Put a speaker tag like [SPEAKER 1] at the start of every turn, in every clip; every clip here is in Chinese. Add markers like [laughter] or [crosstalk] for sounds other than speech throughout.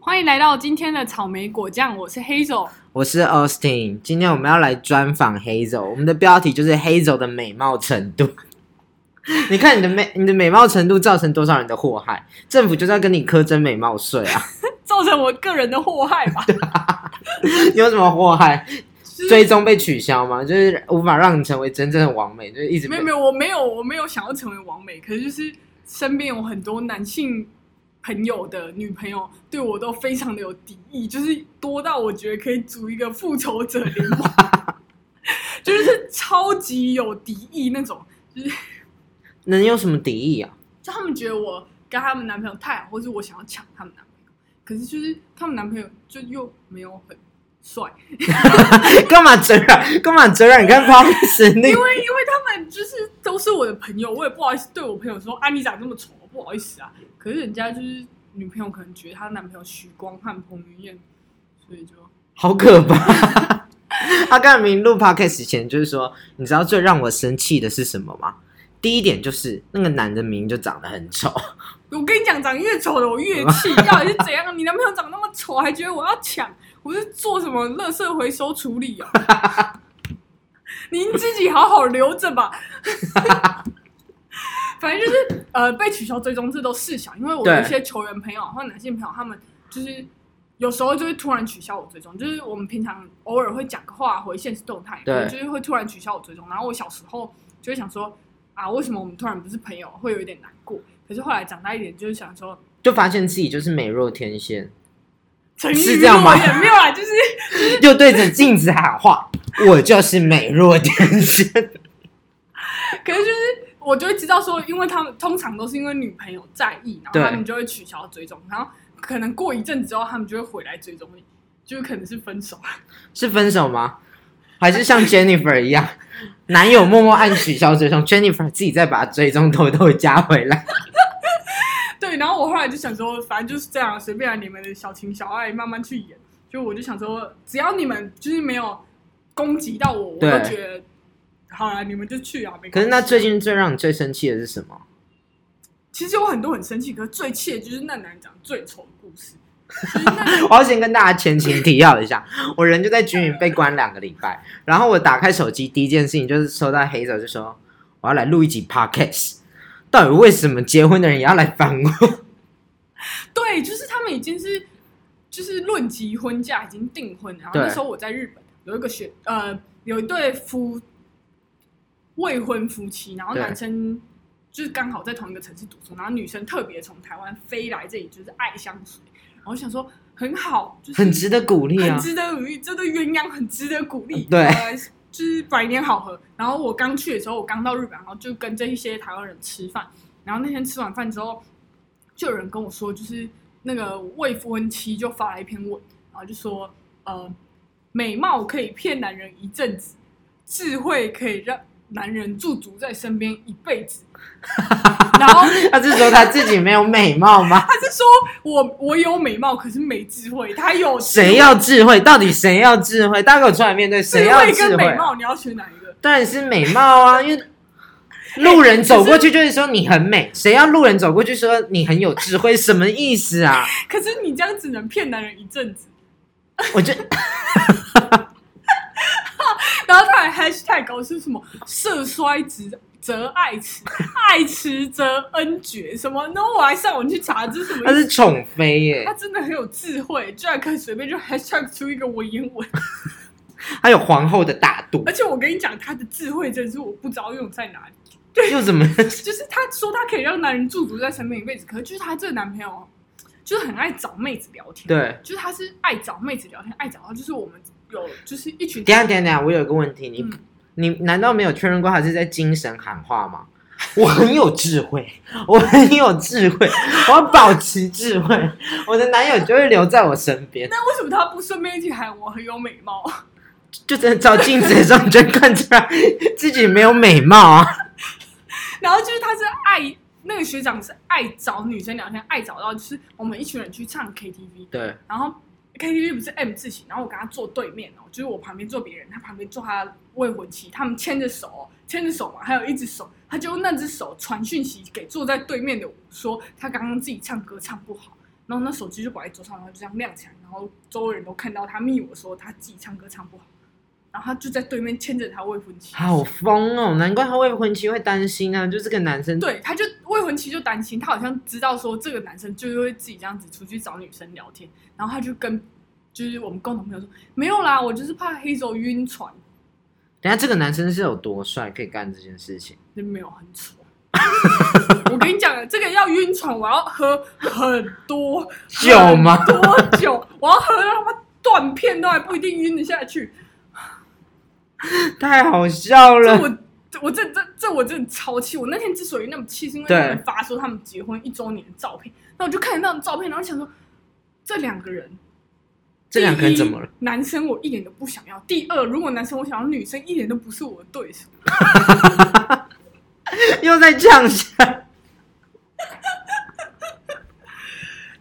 [SPEAKER 1] 欢迎来到今天的草莓果酱，我是 Hazel。
[SPEAKER 2] 我是 Austin，今天我们要来专访 Hazel，我们的标题就是 Hazel 的美貌程度。 [laughs] 你看你的美，你的美貌程度造成多少人的祸害？政府就是要跟你苛征美貌税啊！ [laughs]
[SPEAKER 1] 造成我个人的祸害吧，
[SPEAKER 2] 你有什么祸害？
[SPEAKER 1] 就是
[SPEAKER 2] 追踪被取消吗？就是无法让你成为真正的完美，就是一直被
[SPEAKER 1] 没有没有，我没有我没有想要成为完美，可是就是身边有很多男性朋友的女朋友对我都非常的有敌意，就是多到我觉得可以组一个复仇者联盟，就是超级有敌意那种，
[SPEAKER 2] 能有什么敌意啊？
[SPEAKER 1] 就他们觉得我跟他们男朋友太好，或是我想要抢他们男朋友，可是就是他们男朋友就又没有很帅，
[SPEAKER 2] 干嘛遮啊？干嘛遮啊？
[SPEAKER 1] [laughs]
[SPEAKER 2] 你看 p a r s 那
[SPEAKER 1] 因
[SPEAKER 2] 个
[SPEAKER 1] 为因为他们就是都是我的朋友，我也不好意思对我朋友说啊你长这么丑，不好意思啊。可是人家就是女朋友可能觉得她男朋友许光汉、彭于晏，所以就
[SPEAKER 2] 好可怕。 [laughs] 他刚才明录 podcast 前就是说，你知道最让我生气的是什么吗？第一点就是那个男的明明就长得很丑， [laughs]
[SPEAKER 1] 我跟你讲，长越丑的我越气，到底是怎样？你男朋友长那么丑，还觉得我要抢？我是做什么垃圾回收处理哦？您自己好好留着吧。反正就是呃，被取消追踪这都事小，因为我有一
[SPEAKER 2] 对
[SPEAKER 1] 些球员朋友或男性朋友，他们就是有时候就会突然取消我追踪，就是我们平常偶尔会讲个话回现实动态，
[SPEAKER 2] 对
[SPEAKER 1] 可能就是会突然取消我追踪。然后我小时候就会想说啊，为什么我们突然不是朋友，会有一点难过。可是后来长大一点，就是想说
[SPEAKER 2] 就发现自己就是美若天仙，
[SPEAKER 1] 成语
[SPEAKER 2] 是这样吗
[SPEAKER 1] 落眼没有啦，就是
[SPEAKER 2] 又对着镜子喊话：“我就是美若天仙。 [laughs]
[SPEAKER 1] 可是就是我就会知道说，因为他们通常都是因为女朋友在意，然后
[SPEAKER 2] 对
[SPEAKER 1] 他们就会取消追踪，然后可能过一阵子之后，他们就会回来追踪你，就是可能是分手。”
[SPEAKER 2] 是分手吗？还是像 Jennifer 一样，男友默默按取消追踪，Jennifer 自己再把追踪偷偷加回来？
[SPEAKER 1] 对，然后我后来就想说，反正就是这样，随便啊你们的小情小爱慢慢去演。就我就想说，只要你们就是没有攻击到我，我都
[SPEAKER 2] 对
[SPEAKER 1] 觉得好了，你们就去啊。没
[SPEAKER 2] 可是那
[SPEAKER 1] 关系
[SPEAKER 2] 最近最让你最生气的是什么？
[SPEAKER 1] 其实有很多很生气，可是最气的就是那男人讲最丑的故事。就是那男人
[SPEAKER 2] [laughs] 我要先跟大家前情提要一下，我人就在军营被关两个礼拜，然后我打开手机第一件事情就是收到黑手就说我要来录一集 podcast，到底为什么结婚的人也要来烦我？
[SPEAKER 1] 对，就是他们已经是就是论及婚嫁已经订婚了，然后
[SPEAKER 2] 对
[SPEAKER 1] 那时候我在日本有一个学呃有一对夫未婚夫妻，然后
[SPEAKER 2] 对
[SPEAKER 1] 男生就是刚好在同一个城市读书，然后女生特别从台湾飞来这里就是爱相随，然后我想说很好，就是
[SPEAKER 2] 很值得鼓励啊
[SPEAKER 1] 很！值得鼓励，这对鸳鸯很值得鼓励。
[SPEAKER 2] 对
[SPEAKER 1] 呃就是百年好合。然后我刚去的时候，我刚到日本，然后就跟这一些台湾人吃饭。然后那天吃完饭之后，就有人跟我说，就是那个未婚妻就发了一篇文，然后就说，呃，美貌可以骗男人一阵子，智慧可以让男人驻足在身边一辈
[SPEAKER 2] [laughs]
[SPEAKER 1] 子。然后
[SPEAKER 2] 他是说他自己没有美貌吗？
[SPEAKER 1] 他是说我我有美貌，可是没智慧，他有智
[SPEAKER 2] 谁
[SPEAKER 1] 慧
[SPEAKER 2] 要智慧？到底谁要智慧？大家给我出来面对，谁要
[SPEAKER 1] 慧
[SPEAKER 2] 智
[SPEAKER 1] 跟美
[SPEAKER 2] 慧？啊
[SPEAKER 1] 貌，你要选哪一个？
[SPEAKER 2] 当然是美貌啊，因为路人走过去就会说你很美，谁要路人走过去说你很有智慧？什么意思啊？
[SPEAKER 1] 可是你这样只能骗男人一阵子。
[SPEAKER 2] 我就
[SPEAKER 1] 然后他还 hashtag 搞是什么“色衰则则爱弛，爱弛则恩绝”什么？然后我还上网去查这是什么
[SPEAKER 2] 他
[SPEAKER 1] 意
[SPEAKER 2] 是
[SPEAKER 1] 思。
[SPEAKER 2] 宠妃耶
[SPEAKER 1] 他，真的很有智慧，居然可以随便就 hashtag 出一个文言文。
[SPEAKER 2] 他有皇后的大
[SPEAKER 1] [laughs]
[SPEAKER 2] 度
[SPEAKER 1] 而，且我跟你讲，他的智慧真的是我不知道用在哪里。
[SPEAKER 2] 又怎么？ [laughs]
[SPEAKER 1] 就是他说他可以让男人驻足在身边一辈子，可是就是他这个男朋友，就是很爱找妹子聊天。，
[SPEAKER 2] 对，
[SPEAKER 1] 就是他是爱找妹子聊天，爱找到就是我们有就是一群
[SPEAKER 2] 等一下等一下等一下，我有一个问题，你、
[SPEAKER 1] 嗯
[SPEAKER 2] 你难道没有确认过他是在精神喊话吗？ [laughs] 我很有智慧， [laughs] 我很有智慧， [laughs] 我要保持智慧， [laughs] 我的男友就会留在我身边。
[SPEAKER 1] 那为什么他不顺便一起喊我很有美貌？
[SPEAKER 2] 就真的照镜子的时候，你就看出来自己没有美貌
[SPEAKER 1] [laughs]
[SPEAKER 2] 啊。
[SPEAKER 1] 然后就是他是爱那个学长是爱找女生聊天，爱找到就是我们一群人去唱 KTV，
[SPEAKER 2] 对，
[SPEAKER 1] 然后 KTV 不是 M 字形，然后我跟他坐对面哦，就是我旁边坐别人，他旁边坐他未婚妻，他们牵着手、哦，牵着手嘛，还有一只手，他就用那只手传讯息给坐在对面的我说，他刚刚自己唱歌唱不好，然后那手机就摆在桌上，然后就这样亮起来，然后周围人都看到他密我说他自己唱歌唱不好，然后他就在对面牵着他未婚妻，
[SPEAKER 2] 好疯哦！难怪他未婚妻会担心啊，就这个男生
[SPEAKER 1] 对，他就未婚妻就担心，他好像知道说这个男生就是会自己这样子出去找女生聊天，然后他就跟就是我们共同朋友说，没有啦，我就是怕黑手晕船，
[SPEAKER 2] 等一下这个男生是有多帅，可以干这件事情？ [laughs]
[SPEAKER 1] 那没有很丑。 [laughs] 我跟你讲，这个要晕船，我要喝很多
[SPEAKER 2] 酒吗？
[SPEAKER 1] 很多酒，我要喝到他妈断片都还不一定晕得下去。
[SPEAKER 2] 太好笑
[SPEAKER 1] 这
[SPEAKER 2] 了！
[SPEAKER 1] 我我这这这我真的超气！我那天之所以那么气，是因为他
[SPEAKER 2] 对
[SPEAKER 1] 们发说他们结婚一周年的照片，那我就看得到照片，然后想说这两个人，
[SPEAKER 2] 这两个人怎么了？
[SPEAKER 1] 第一？男生我一点都不想要。第二，如果男生我想要，女生一点都不是我的对手。
[SPEAKER 2] 又在降下，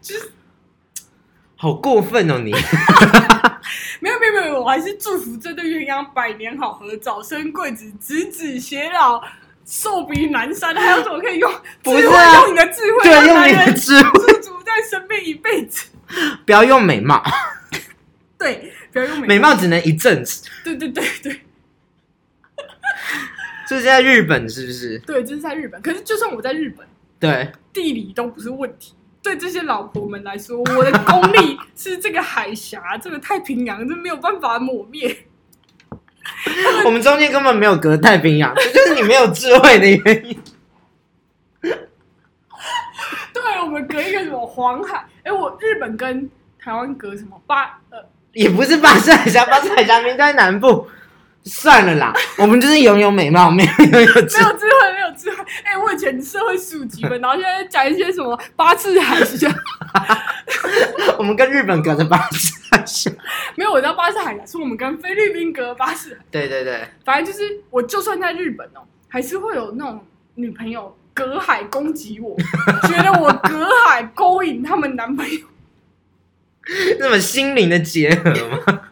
[SPEAKER 1] 就是
[SPEAKER 2] 好过分哦你！
[SPEAKER 1] 没有没有没有，我还是祝福这对鸳鸯百年好合，早生贵子，子子偕老，寿比南山。还有什么可以用？
[SPEAKER 2] 不
[SPEAKER 1] 智
[SPEAKER 2] 是
[SPEAKER 1] 慧
[SPEAKER 2] 啊
[SPEAKER 1] 用你的智慧，
[SPEAKER 2] [laughs] 对，啊
[SPEAKER 1] 让
[SPEAKER 2] 用
[SPEAKER 1] 男
[SPEAKER 2] 你的
[SPEAKER 1] 人
[SPEAKER 2] 智慧，
[SPEAKER 1] 驻足在身边一辈子。
[SPEAKER 2] 不要用美貌，
[SPEAKER 1] 对，不要用美
[SPEAKER 2] 美貌只能一阵子。
[SPEAKER 1] 对对对对
[SPEAKER 2] 这是在日本是不是？
[SPEAKER 1] 对，这是在日本。可是就算我在日本，
[SPEAKER 2] 对，
[SPEAKER 1] 地理都不是问题。对这些老婆们来说，我的功力是这个海峡，这个太平洋，这没有办法抹灭。
[SPEAKER 2] 我们中间根本没有隔太平洋，这就是你没有智慧的原因。
[SPEAKER 1] [laughs] 对，我们隔一个什么黄海？哎，我日本跟台湾隔什么八呃
[SPEAKER 2] 也不是巴士海峡，巴士海峡明明在南部。算了啦，我们就是拥有美貌，没有拥有智
[SPEAKER 1] 没有智慧，没有智慧。哎、我以前社会数几分，然后现在讲一些什么八次海峡，
[SPEAKER 2] 我们跟日本隔着巴士海峡。
[SPEAKER 1] [laughs]
[SPEAKER 2] [laughs]
[SPEAKER 1] 没有，我知道八次海峡啊是我们跟菲律宾隔八次海峡，
[SPEAKER 2] 对对对，
[SPEAKER 1] 反正就是我就算在日本哦，还是会有那种女朋友隔海攻击我，觉得我隔海勾引他们男朋友，
[SPEAKER 2] 那么心灵的结合吗？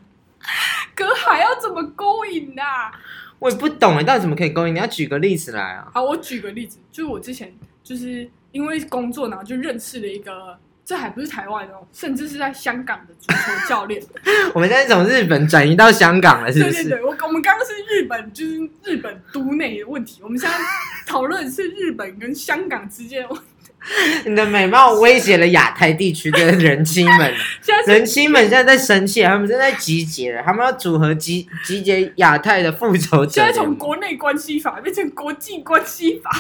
[SPEAKER 1] 隔海要怎么勾引啊？
[SPEAKER 2] 我也不懂哎，到底怎么可以勾引？你要举个例子来啊！
[SPEAKER 1] 好，我举个例子，就是我之前就是因为工作，然后就认识了一个，这还不是台湾哦，甚至是在香港的足球教练。
[SPEAKER 2] 我们现在从日本转移到香港 [laughs] 了，是不
[SPEAKER 1] 对
[SPEAKER 2] 是？
[SPEAKER 1] 对对，我我们刚刚是日本，就是日本都内的问题，我们
[SPEAKER 2] [laughs]
[SPEAKER 1] 现在讨论的是日本跟香港之间的问题，
[SPEAKER 2] 你的美貌威胁了亚太地区的人妻们，
[SPEAKER 1] [laughs] 现在是
[SPEAKER 2] 人妻们现在在生气，他们正在集结，他们要组合集集结亚太的复仇者
[SPEAKER 1] 现在
[SPEAKER 2] 联
[SPEAKER 1] 从
[SPEAKER 2] 盟。
[SPEAKER 1] 国内关系法变成国际关系法。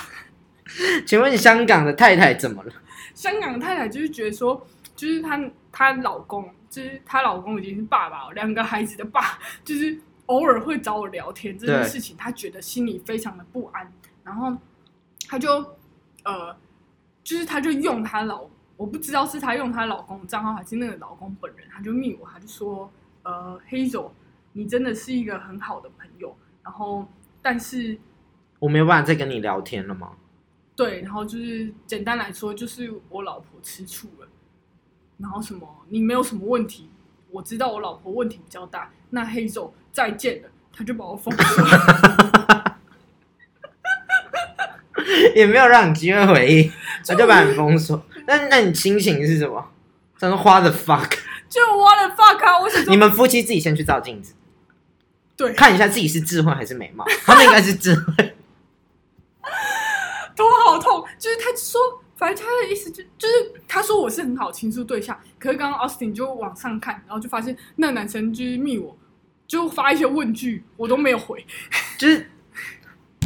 [SPEAKER 2] 请问香港的太太怎么了？
[SPEAKER 1] 香港太太就是觉得说，就是她她老公，就是她老公已经是爸爸了，两个孩子的爸， [laughs] 就是偶尔会找我聊天这件
[SPEAKER 2] 对
[SPEAKER 1] 事情，她觉得心里非常的不安，然后她就呃，就是她就用她老，我不知道是她用她老公的账号还是那个老公本人，她就密我，她就说，呃，Hazel，你真的是一个很好的朋友，然后但是
[SPEAKER 2] 我没有办法再跟你聊天了吗？
[SPEAKER 1] 对，然后就是简单来说，就是我老婆吃醋了，然后什么你没有什么问题，我知道我老婆问题比较大，那黑总再见了，他就把我封锁。
[SPEAKER 2] 也没有让你机会
[SPEAKER 1] [laughs]
[SPEAKER 2] 回应，我就把你封锁。那那你清醒是什么？他说花的 fuck，
[SPEAKER 1] [laughs] 就 what the fuck 啊！我想说
[SPEAKER 2] 你们夫妻自己先去照镜子，
[SPEAKER 1] 对，
[SPEAKER 2] 看一下自己是智慧还是美貌。他们应该是智慧，
[SPEAKER 1] 头好痛，就是他说，反正他的意思就就是他说我是很好倾诉对象，可是刚刚 Austin 就往上看，然后就发现那男生就是密我，就发一些问句，我都没有回。
[SPEAKER 2] 就是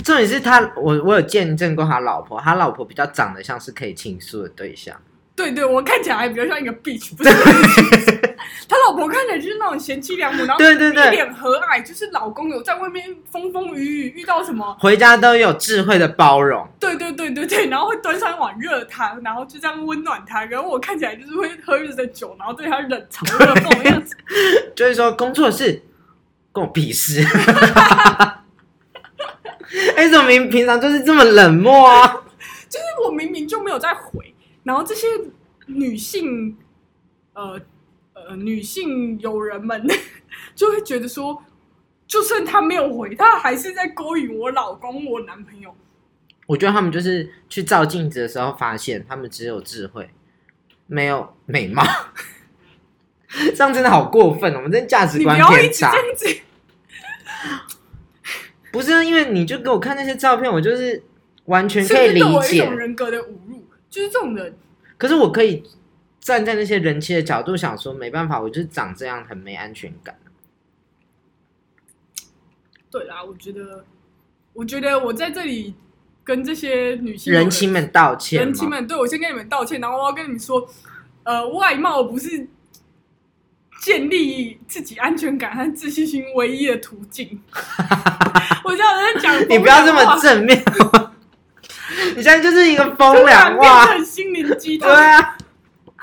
[SPEAKER 2] 重点是他，我我有见证过他老婆，他老婆比较长得像是可以倾诉的对象。
[SPEAKER 1] 对对，我看起来还比较像一个 bitch，不是
[SPEAKER 2] [laughs]
[SPEAKER 1] 他老婆看起来就是那种贤妻良母，然后
[SPEAKER 2] 对对对
[SPEAKER 1] 一脸和蔼，就是老公有在外面风风雨雨遇到什么，
[SPEAKER 2] 回家都有智慧的包容，
[SPEAKER 1] 对对对对对，然后会端上一碗热汤，然后就这样温暖他。然后我看起来就是会喝着酒，然后对他冷嘲热讽的样子。
[SPEAKER 2] 就是说工作是跟我屁事。 [laughs] 哎、怎么明平常就是这么冷漠啊？
[SPEAKER 1] 就是我明明就没有在回，然后这些女性，呃呃，女性友人们 [laughs] 就会觉得说，就算他没有回，他还是在勾引我老公、我男朋友。
[SPEAKER 2] 我觉得他们就是去照镜子的时候发现，他们只有智慧，没有美貌， [laughs] 这样真的好过分哦！我们真的价值
[SPEAKER 1] 你不
[SPEAKER 2] 观
[SPEAKER 1] 要一
[SPEAKER 2] 偏
[SPEAKER 1] 直这
[SPEAKER 2] 差。
[SPEAKER 1] 样子，
[SPEAKER 2] 不是啊因为你就给我看那些照片，我就是
[SPEAKER 1] [laughs]
[SPEAKER 2] 完全
[SPEAKER 1] 是
[SPEAKER 2] 可
[SPEAKER 1] 不
[SPEAKER 2] 以
[SPEAKER 1] 是
[SPEAKER 2] 理
[SPEAKER 1] 对我一
[SPEAKER 2] 解。
[SPEAKER 1] 种人格的侮辱？就是这种人，
[SPEAKER 2] 可是我可以站在那些人妻的角度想说，没办法，我就是长这样很没安全感。
[SPEAKER 1] 对啦，我觉得，我觉得我在这里跟这些女性友
[SPEAKER 2] 人妻们道歉
[SPEAKER 1] 人
[SPEAKER 2] 嘛，
[SPEAKER 1] 妻们，对我先跟你们道歉，然后我要跟你们说，呃，外貌不是建立自己安全感和自信心唯一的途径。 [laughs] 我知道我在讲风凉话，
[SPEAKER 2] 你不要这么
[SPEAKER 1] [laughs]
[SPEAKER 2] 正面，你现在就是一个
[SPEAKER 1] 突
[SPEAKER 2] 风
[SPEAKER 1] 然
[SPEAKER 2] 凉
[SPEAKER 1] 变
[SPEAKER 2] 话。
[SPEAKER 1] 成心灵鸡
[SPEAKER 2] [laughs] 对
[SPEAKER 1] 汤。
[SPEAKER 2] 啊，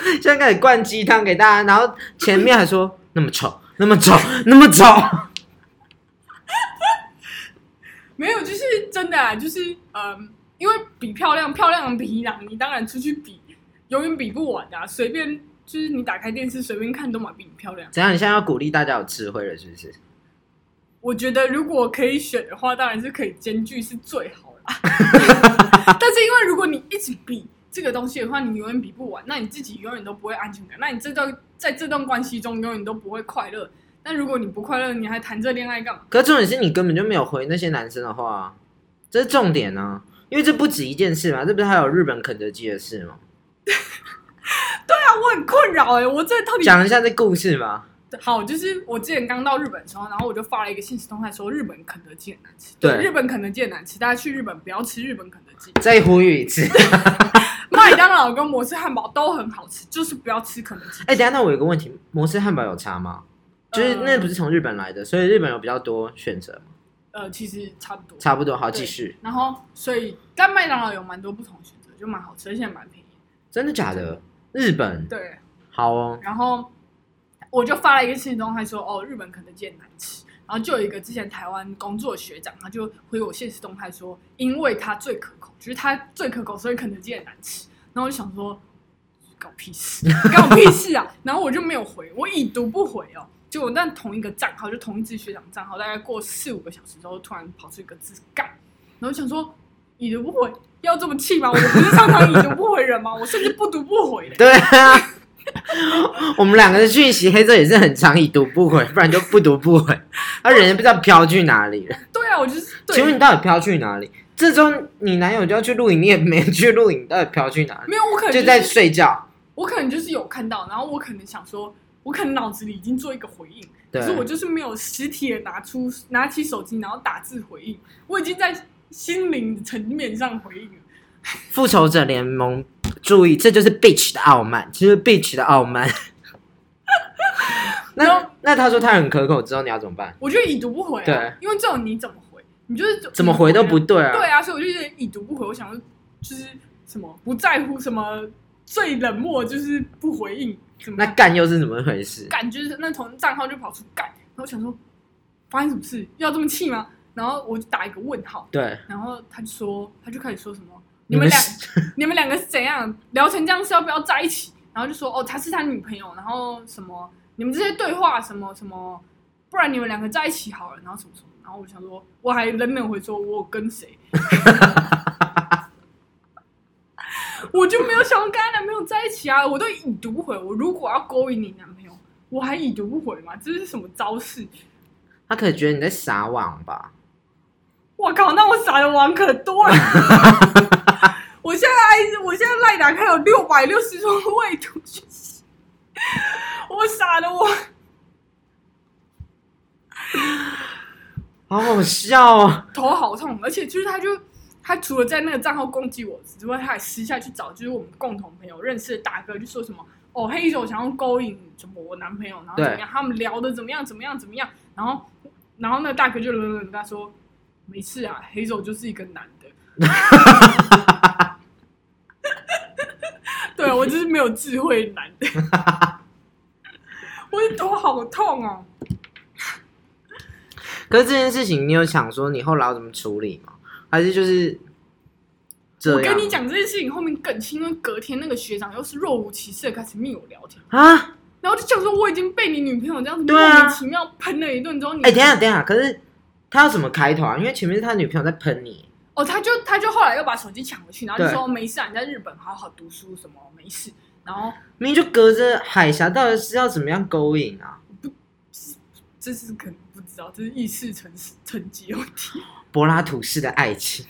[SPEAKER 2] 现在开始灌鸡汤给大家，然后前面还说那么丑，那么丑，那么丑。
[SPEAKER 1] 没有，就是真的、啊，就是嗯、因为比漂亮，漂亮比朗，你当然出去比，永远比不完的、啊。随便就是你打开电视随便看都嘛比你漂亮。
[SPEAKER 2] 怎样？你现在要鼓励大家有智慧了，是不是？
[SPEAKER 1] 我觉得如果可以选的话，当然是可以兼具是最好啦。
[SPEAKER 2] [laughs]
[SPEAKER 1] 但是因为如果你一直比这个东西的话，你永远比不完，那你自己永远都不会安全感，那你这段在这段关系中永远都不会快乐。但如果你不快乐，你还谈这恋爱干嘛？
[SPEAKER 2] 可重点是你根本就没有回那些男生的话，这是重点呢、因为这不止一件事嘛，这不是还有日本肯德基的事吗？
[SPEAKER 1] 啊，我很困扰哎、我这到底
[SPEAKER 2] 讲一下这故事嘛。
[SPEAKER 1] 好，就是我之前刚到日本的时候，然后我就发了一个现实动态说日本肯德基很难吃，
[SPEAKER 2] 对
[SPEAKER 1] 日本肯德基很难吃，大家去日本不要吃日本肯德基，
[SPEAKER 2] 再呼吁一次。 [laughs]
[SPEAKER 1] 麦当劳跟摩斯汉堡都很好吃，就是不要吃肯德基。
[SPEAKER 2] 哎、等一下，那我有个问题，摩斯汉堡有差吗？就是那不是从日本来的，所以日本有比较多选择，
[SPEAKER 1] 呃，其实差不多。
[SPEAKER 2] 差不多。好，
[SPEAKER 1] 对
[SPEAKER 2] 继续。
[SPEAKER 1] 然后，所以但麦当劳有蛮多不同的选择，就蛮好吃，而且蛮便宜。
[SPEAKER 2] 真的假的？日本
[SPEAKER 1] 对，
[SPEAKER 2] 好哦，
[SPEAKER 1] 然后我就发了一个信息动态说，哦，日本肯德基很难吃。然后就有一个之前台湾工作的学长，他就回我现实动态说，因为它最可口，就是它最可口，所以肯德基很难吃。然后我就想说，搞屁
[SPEAKER 2] [laughs]
[SPEAKER 1] 事，搞屁事啊！然后我就没有回，我已读不回哦。结果但同一个账号，就同一支学长账号，大概过四五个小时之后，突然跑出一个字“干”，然后想说已读不回，要这么气吗？我不是常常已读不回人吗？我甚至不读不回的。
[SPEAKER 2] 对啊， [laughs] 我们两个的讯息黑色也是很长，已读不回，不然就不读不回，他人也不知道飘去哪里了。
[SPEAKER 1] 对啊，我就是。对
[SPEAKER 2] 请问你到底飘去哪里？这周你男友就要去露营，你也没去露营，到底飘去哪里？
[SPEAKER 1] 没有，我可能、就、
[SPEAKER 2] 就是在睡觉。
[SPEAKER 1] 我可能就是有看到，然后我可能想说，我可能脑子里已经做一个回应，
[SPEAKER 2] 对
[SPEAKER 1] 可是我就是没有实体的拿出拿起手机，然后打字回应，我已经在心灵层面上回应了。
[SPEAKER 2] 复仇者联盟，注意，这就是 bitch 的傲慢，这就是 bitch 的傲慢。 [laughs] 那那他说他很可口之后，你要怎么办？
[SPEAKER 1] 我觉得已读不回、啊，
[SPEAKER 2] 对，
[SPEAKER 1] 因为这种你怎么回，你就是
[SPEAKER 2] 怎么回都不
[SPEAKER 1] 对、
[SPEAKER 2] 对啊！
[SPEAKER 1] 对啊，所以我就觉得已读不回，我想说就是什么不在乎什么最冷漠就是不回应，怎么
[SPEAKER 2] 那
[SPEAKER 1] 样
[SPEAKER 2] 干又是怎么回事？
[SPEAKER 1] 干，就是那从账号就跑出干，然后我想说发生什么事要这么气吗？然后我就打一个问号，
[SPEAKER 2] 对，
[SPEAKER 1] 然后他就说，他就开始说什么，你
[SPEAKER 2] 你们
[SPEAKER 1] 们两你们两个是怎样聊成这样是要不要在一起？然后就说哦，他是他女朋友，然后什么你们这些对话什么什么，不然你们两个在一起好了，然后什么什么，然后我想说我还冷冷回说我有跟谁， [laughs] 我就没有想要跟他男朋友在一起啊，我都已读不回，我如果要勾引你男朋友，我还已读不回吗？这是什么招式？
[SPEAKER 2] 他可能觉得你在撒网吧？
[SPEAKER 1] 我靠，那我撒的网可多了。我现在我现在赖打开有六百六十种未读讯息，我撒的我
[SPEAKER 2] 好好笑哦！
[SPEAKER 1] 头好痛，而且就是他就他除了在那个账号攻击我之外，他还私下去找就是我们共同朋友认识的大哥，就说什么哦黑手想要勾引什么我男朋友，然后怎么样，他们聊的怎么样怎么样怎么样，然后然后那个大哥就冷冷地跟他说没事啊，黑手就是一个男的。对我就是没有智慧的男的， [laughs] 我的头好痛哦。
[SPEAKER 2] 可是这件事情，你有想说你后来要怎么处理吗？还是就是这
[SPEAKER 1] 我
[SPEAKER 2] 样？
[SPEAKER 1] 跟你讲这件事情后面更气，因为隔天那个学长又是若无其事的开始密我聊天，
[SPEAKER 2] 啊！
[SPEAKER 1] 然后就想说我已经被你女朋友这样子
[SPEAKER 2] 对
[SPEAKER 1] 莫
[SPEAKER 2] 啊
[SPEAKER 1] 名其妙喷了一顿之后，你
[SPEAKER 2] 哎、等一下等一下，可是他要怎么开头啊？因为前面是他女朋友在喷你，
[SPEAKER 1] 哦，他就他就后来又把手机抢回去，然后就
[SPEAKER 2] 对
[SPEAKER 1] 说没事啊，你在日本好好读书什么没事，然后
[SPEAKER 2] 明明就隔着海峡，到底是要怎么样勾引啊？
[SPEAKER 1] 这是可能不知道，这是意识层次层级问题。
[SPEAKER 2] 柏拉图式的爱情，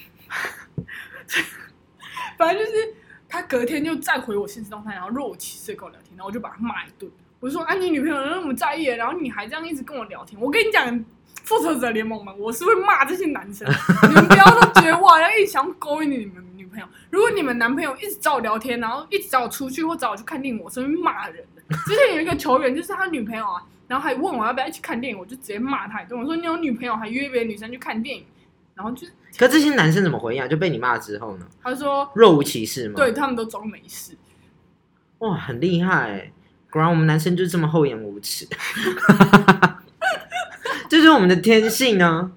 [SPEAKER 1] 反正就是他隔天就再回我现实动态，然后若无其事地跟我聊天，然后我就把他骂一顿。我就说啊，你女朋友那么在意，然后你还这样一直跟我聊天，我跟你讲。复仇者联盟们，我是会骂这些男生，你们不要都觉得我好像一直想勾引你们女朋友。如果你们男朋友一直找我聊天，然后一直找我出去或找我去看电影，我是会骂人的。之前有一个球员，就是他女朋友啊，然后还问我要不要一起看电影，我就直接骂他一顿，我说你有女朋友还约别的女生去看电影，然后就
[SPEAKER 2] 可这些男生怎么回应啊？就被你骂之后呢？
[SPEAKER 1] 他就说
[SPEAKER 2] 若无其事吗？
[SPEAKER 1] 对，他们都装没事。
[SPEAKER 2] 哇，很厉害欸！果然我们男生就是这么厚颜无耻， [laughs] 这就是我们的天性啊呢、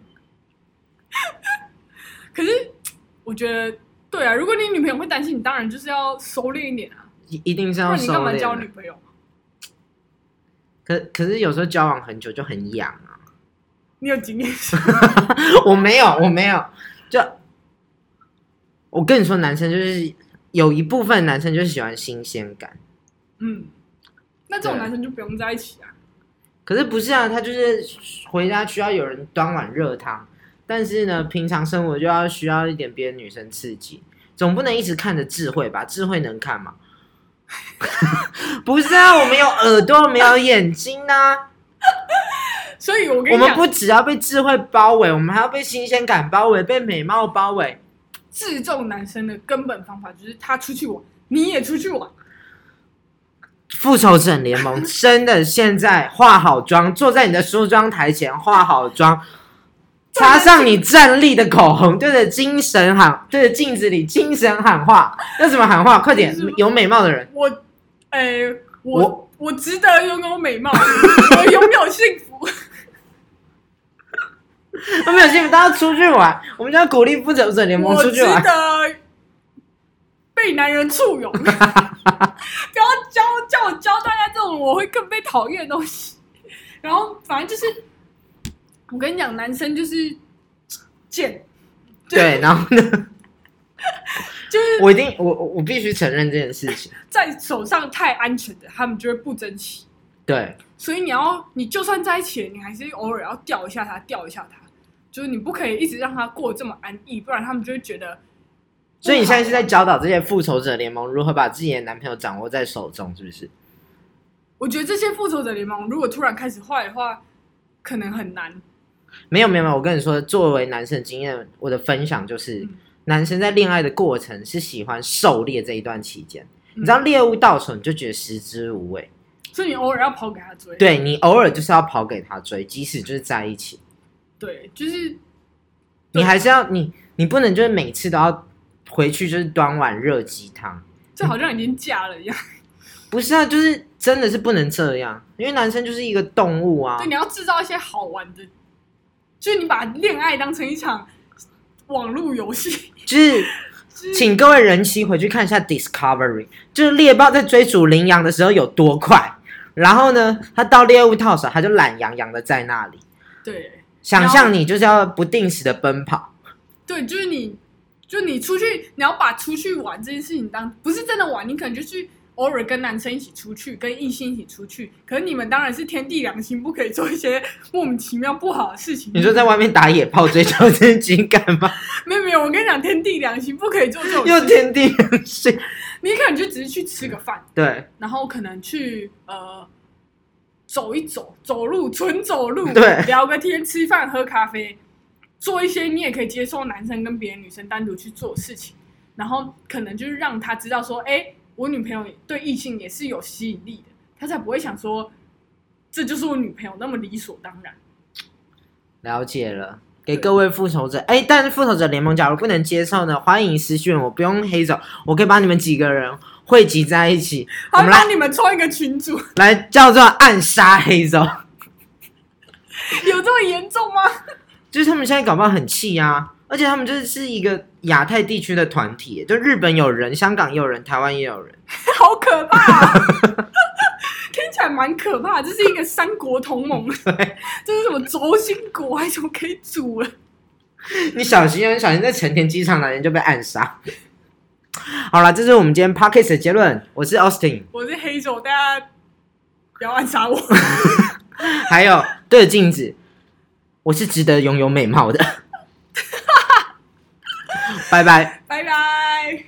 [SPEAKER 1] 可是我觉得对啊，如果你女朋友会担心，你当然就是要收敛一点啊，
[SPEAKER 2] 一一定
[SPEAKER 1] 不
[SPEAKER 2] 是要
[SPEAKER 1] 然你干
[SPEAKER 2] 收
[SPEAKER 1] 嘛
[SPEAKER 2] 敛
[SPEAKER 1] 交女
[SPEAKER 2] 的。
[SPEAKER 1] 朋友？
[SPEAKER 2] 可可是有时候交往很久就很痒啊。
[SPEAKER 1] 你有经
[SPEAKER 2] [laughs]
[SPEAKER 1] 验是吗？
[SPEAKER 2] 我没有，我没有。就我跟你说，男生就是有一部分男生就是喜欢新鲜感，
[SPEAKER 1] 嗯，那这种
[SPEAKER 2] 对
[SPEAKER 1] 男生就不用在一起啊。
[SPEAKER 2] 可是不是啊？他就是回家需要有人端碗热汤，但是呢，平常生活就要需要一点别的女生刺激，总不能一直看着智慧吧？智慧能看吗？ [laughs] 不是啊，我们有耳朵，我们有眼睛啊，
[SPEAKER 1] 所以我跟
[SPEAKER 2] 我
[SPEAKER 1] 你
[SPEAKER 2] 们
[SPEAKER 1] 讲，
[SPEAKER 2] 不只要被智慧包围，我们还要被新鲜感包围，被美貌包围。
[SPEAKER 1] 治这种男生的根本方法就是他出去玩，你也出去玩。
[SPEAKER 2] 复仇者联盟真的现在化好妆，坐在你的梳妆台前化好妆，擦上你站立的口红，对着精神喊，对着镜子里精神喊话，要怎么喊话？快点
[SPEAKER 1] 是吗，
[SPEAKER 2] 有美貌的人，
[SPEAKER 1] 我，哎、我
[SPEAKER 2] 我
[SPEAKER 1] 我值得拥有美貌， [laughs] 我拥有幸福。
[SPEAKER 2] 我们有幸福，大家出去玩，我们就要鼓励复仇者联盟
[SPEAKER 1] 我
[SPEAKER 2] 出
[SPEAKER 1] 值
[SPEAKER 2] 去玩。
[SPEAKER 1] 得被男人簇拥，不要教叫我教大家这种我会更被讨厌的东西。然后反正就是，我跟你讲，男生就是贱，
[SPEAKER 2] 对，然后呢，
[SPEAKER 1] [laughs] 就是
[SPEAKER 2] 我一定，我我我必须承认这件事情。
[SPEAKER 1] 在手上太安全的，他们就会不珍惜。
[SPEAKER 2] 对，
[SPEAKER 1] 所以你要，你就算在一起了，你还是偶尔要吊一下他，吊一下他，就是你不可以一直让他过得这么安逸，不然他们就会觉得
[SPEAKER 2] 所以你现在是在教导这些复仇者联盟如何把自己的男朋友掌握在手中，是不是？
[SPEAKER 1] 我觉得这些复仇者联盟如果突然开始坏的话，可能很难。
[SPEAKER 2] 没有没有没有，我跟你说，作为男生的经验，我的分享就是，
[SPEAKER 1] 嗯
[SPEAKER 2] 男生在恋爱的过程是喜欢狩猎这一段期间。你
[SPEAKER 1] 嗯
[SPEAKER 2] 知道猎物到手，你就觉得食之无味。
[SPEAKER 1] 所以你偶尔要跑给他追。
[SPEAKER 2] 对你偶尔就是要跑给他追，即使就是在一起，
[SPEAKER 1] 对，就是对
[SPEAKER 2] 你还是要你你不能就是每次都要回去就是端碗热鸡汤，
[SPEAKER 1] 这好像已经嫁了一样。
[SPEAKER 2] 不是啊，就是真的是不能这样，因为男生就是一个动物啊
[SPEAKER 1] 对，。你要制造一些好玩的，就是你把恋爱当成一场网络游戏， [laughs]
[SPEAKER 2] 就是
[SPEAKER 1] 就是
[SPEAKER 2] 请各位人妻回去看一下 Discovery，就是猎豹在追逐羚羊的时候有多快，然后呢，它到猎物套手，它就懒洋洋的在那里。
[SPEAKER 1] 对
[SPEAKER 2] 想象你就是要不定时的奔跑，
[SPEAKER 1] 对，就是你，就你出去，你要把出去玩这件事情当不是真的玩，你可能就去偶尔跟男生一起出去，跟异性一起出去，可是你们当然是天地良心，不可以做一些莫名其妙不好的事情。
[SPEAKER 2] 你说在外面打野炮追求真情感吗？
[SPEAKER 1] 没有没有，我跟你讲，天地良心不可以做这种
[SPEAKER 2] 又
[SPEAKER 1] 事。
[SPEAKER 2] 天地人性，
[SPEAKER 1] 你可能就只是去吃个饭，
[SPEAKER 2] 对
[SPEAKER 1] 然后可能去呃走一走，走路纯走路，
[SPEAKER 2] [laughs] 对
[SPEAKER 1] 聊个天，吃饭喝咖啡，做一些你也可以接受男生跟别的女生单独去做的事情，然后可能就是让他知道说，哎，我女朋友对异性也是有吸引力的，他才不会想说这就是我女朋友那么理所当然。
[SPEAKER 2] 了解了。给各位复仇者，哎，但是复仇者联盟假如不能接受呢，欢迎私讯我，不用黑走，我可以把你们几个人汇集在一起，我
[SPEAKER 1] 好，
[SPEAKER 2] 们来
[SPEAKER 1] 让你们创一个群组，
[SPEAKER 2] 来叫做暗杀黑走。
[SPEAKER 1] 有这么严重吗？
[SPEAKER 2] 就是他们现在搞不好很气啊，而且他们就是是一个亚太地区的团体，就日本有人，香港也有人，台湾也有人， [laughs]
[SPEAKER 1] 好可怕、 [laughs] 啊！听起来蛮可怕，这是一个三国同盟，这是什么轴心国还是什么可以组了？
[SPEAKER 2] 哦你小心啊，你小心在成田机场哪天就被暗杀。 [laughs] 好了，这是我们今天 podcast 的结论。我是 Austin，
[SPEAKER 1] 我是黑手，大家不要暗杀我。
[SPEAKER 2] 还有 [laughs] 对着镜子，我是值 [laughs] 得拥有美貌的。拜拜。
[SPEAKER 1] 拜拜。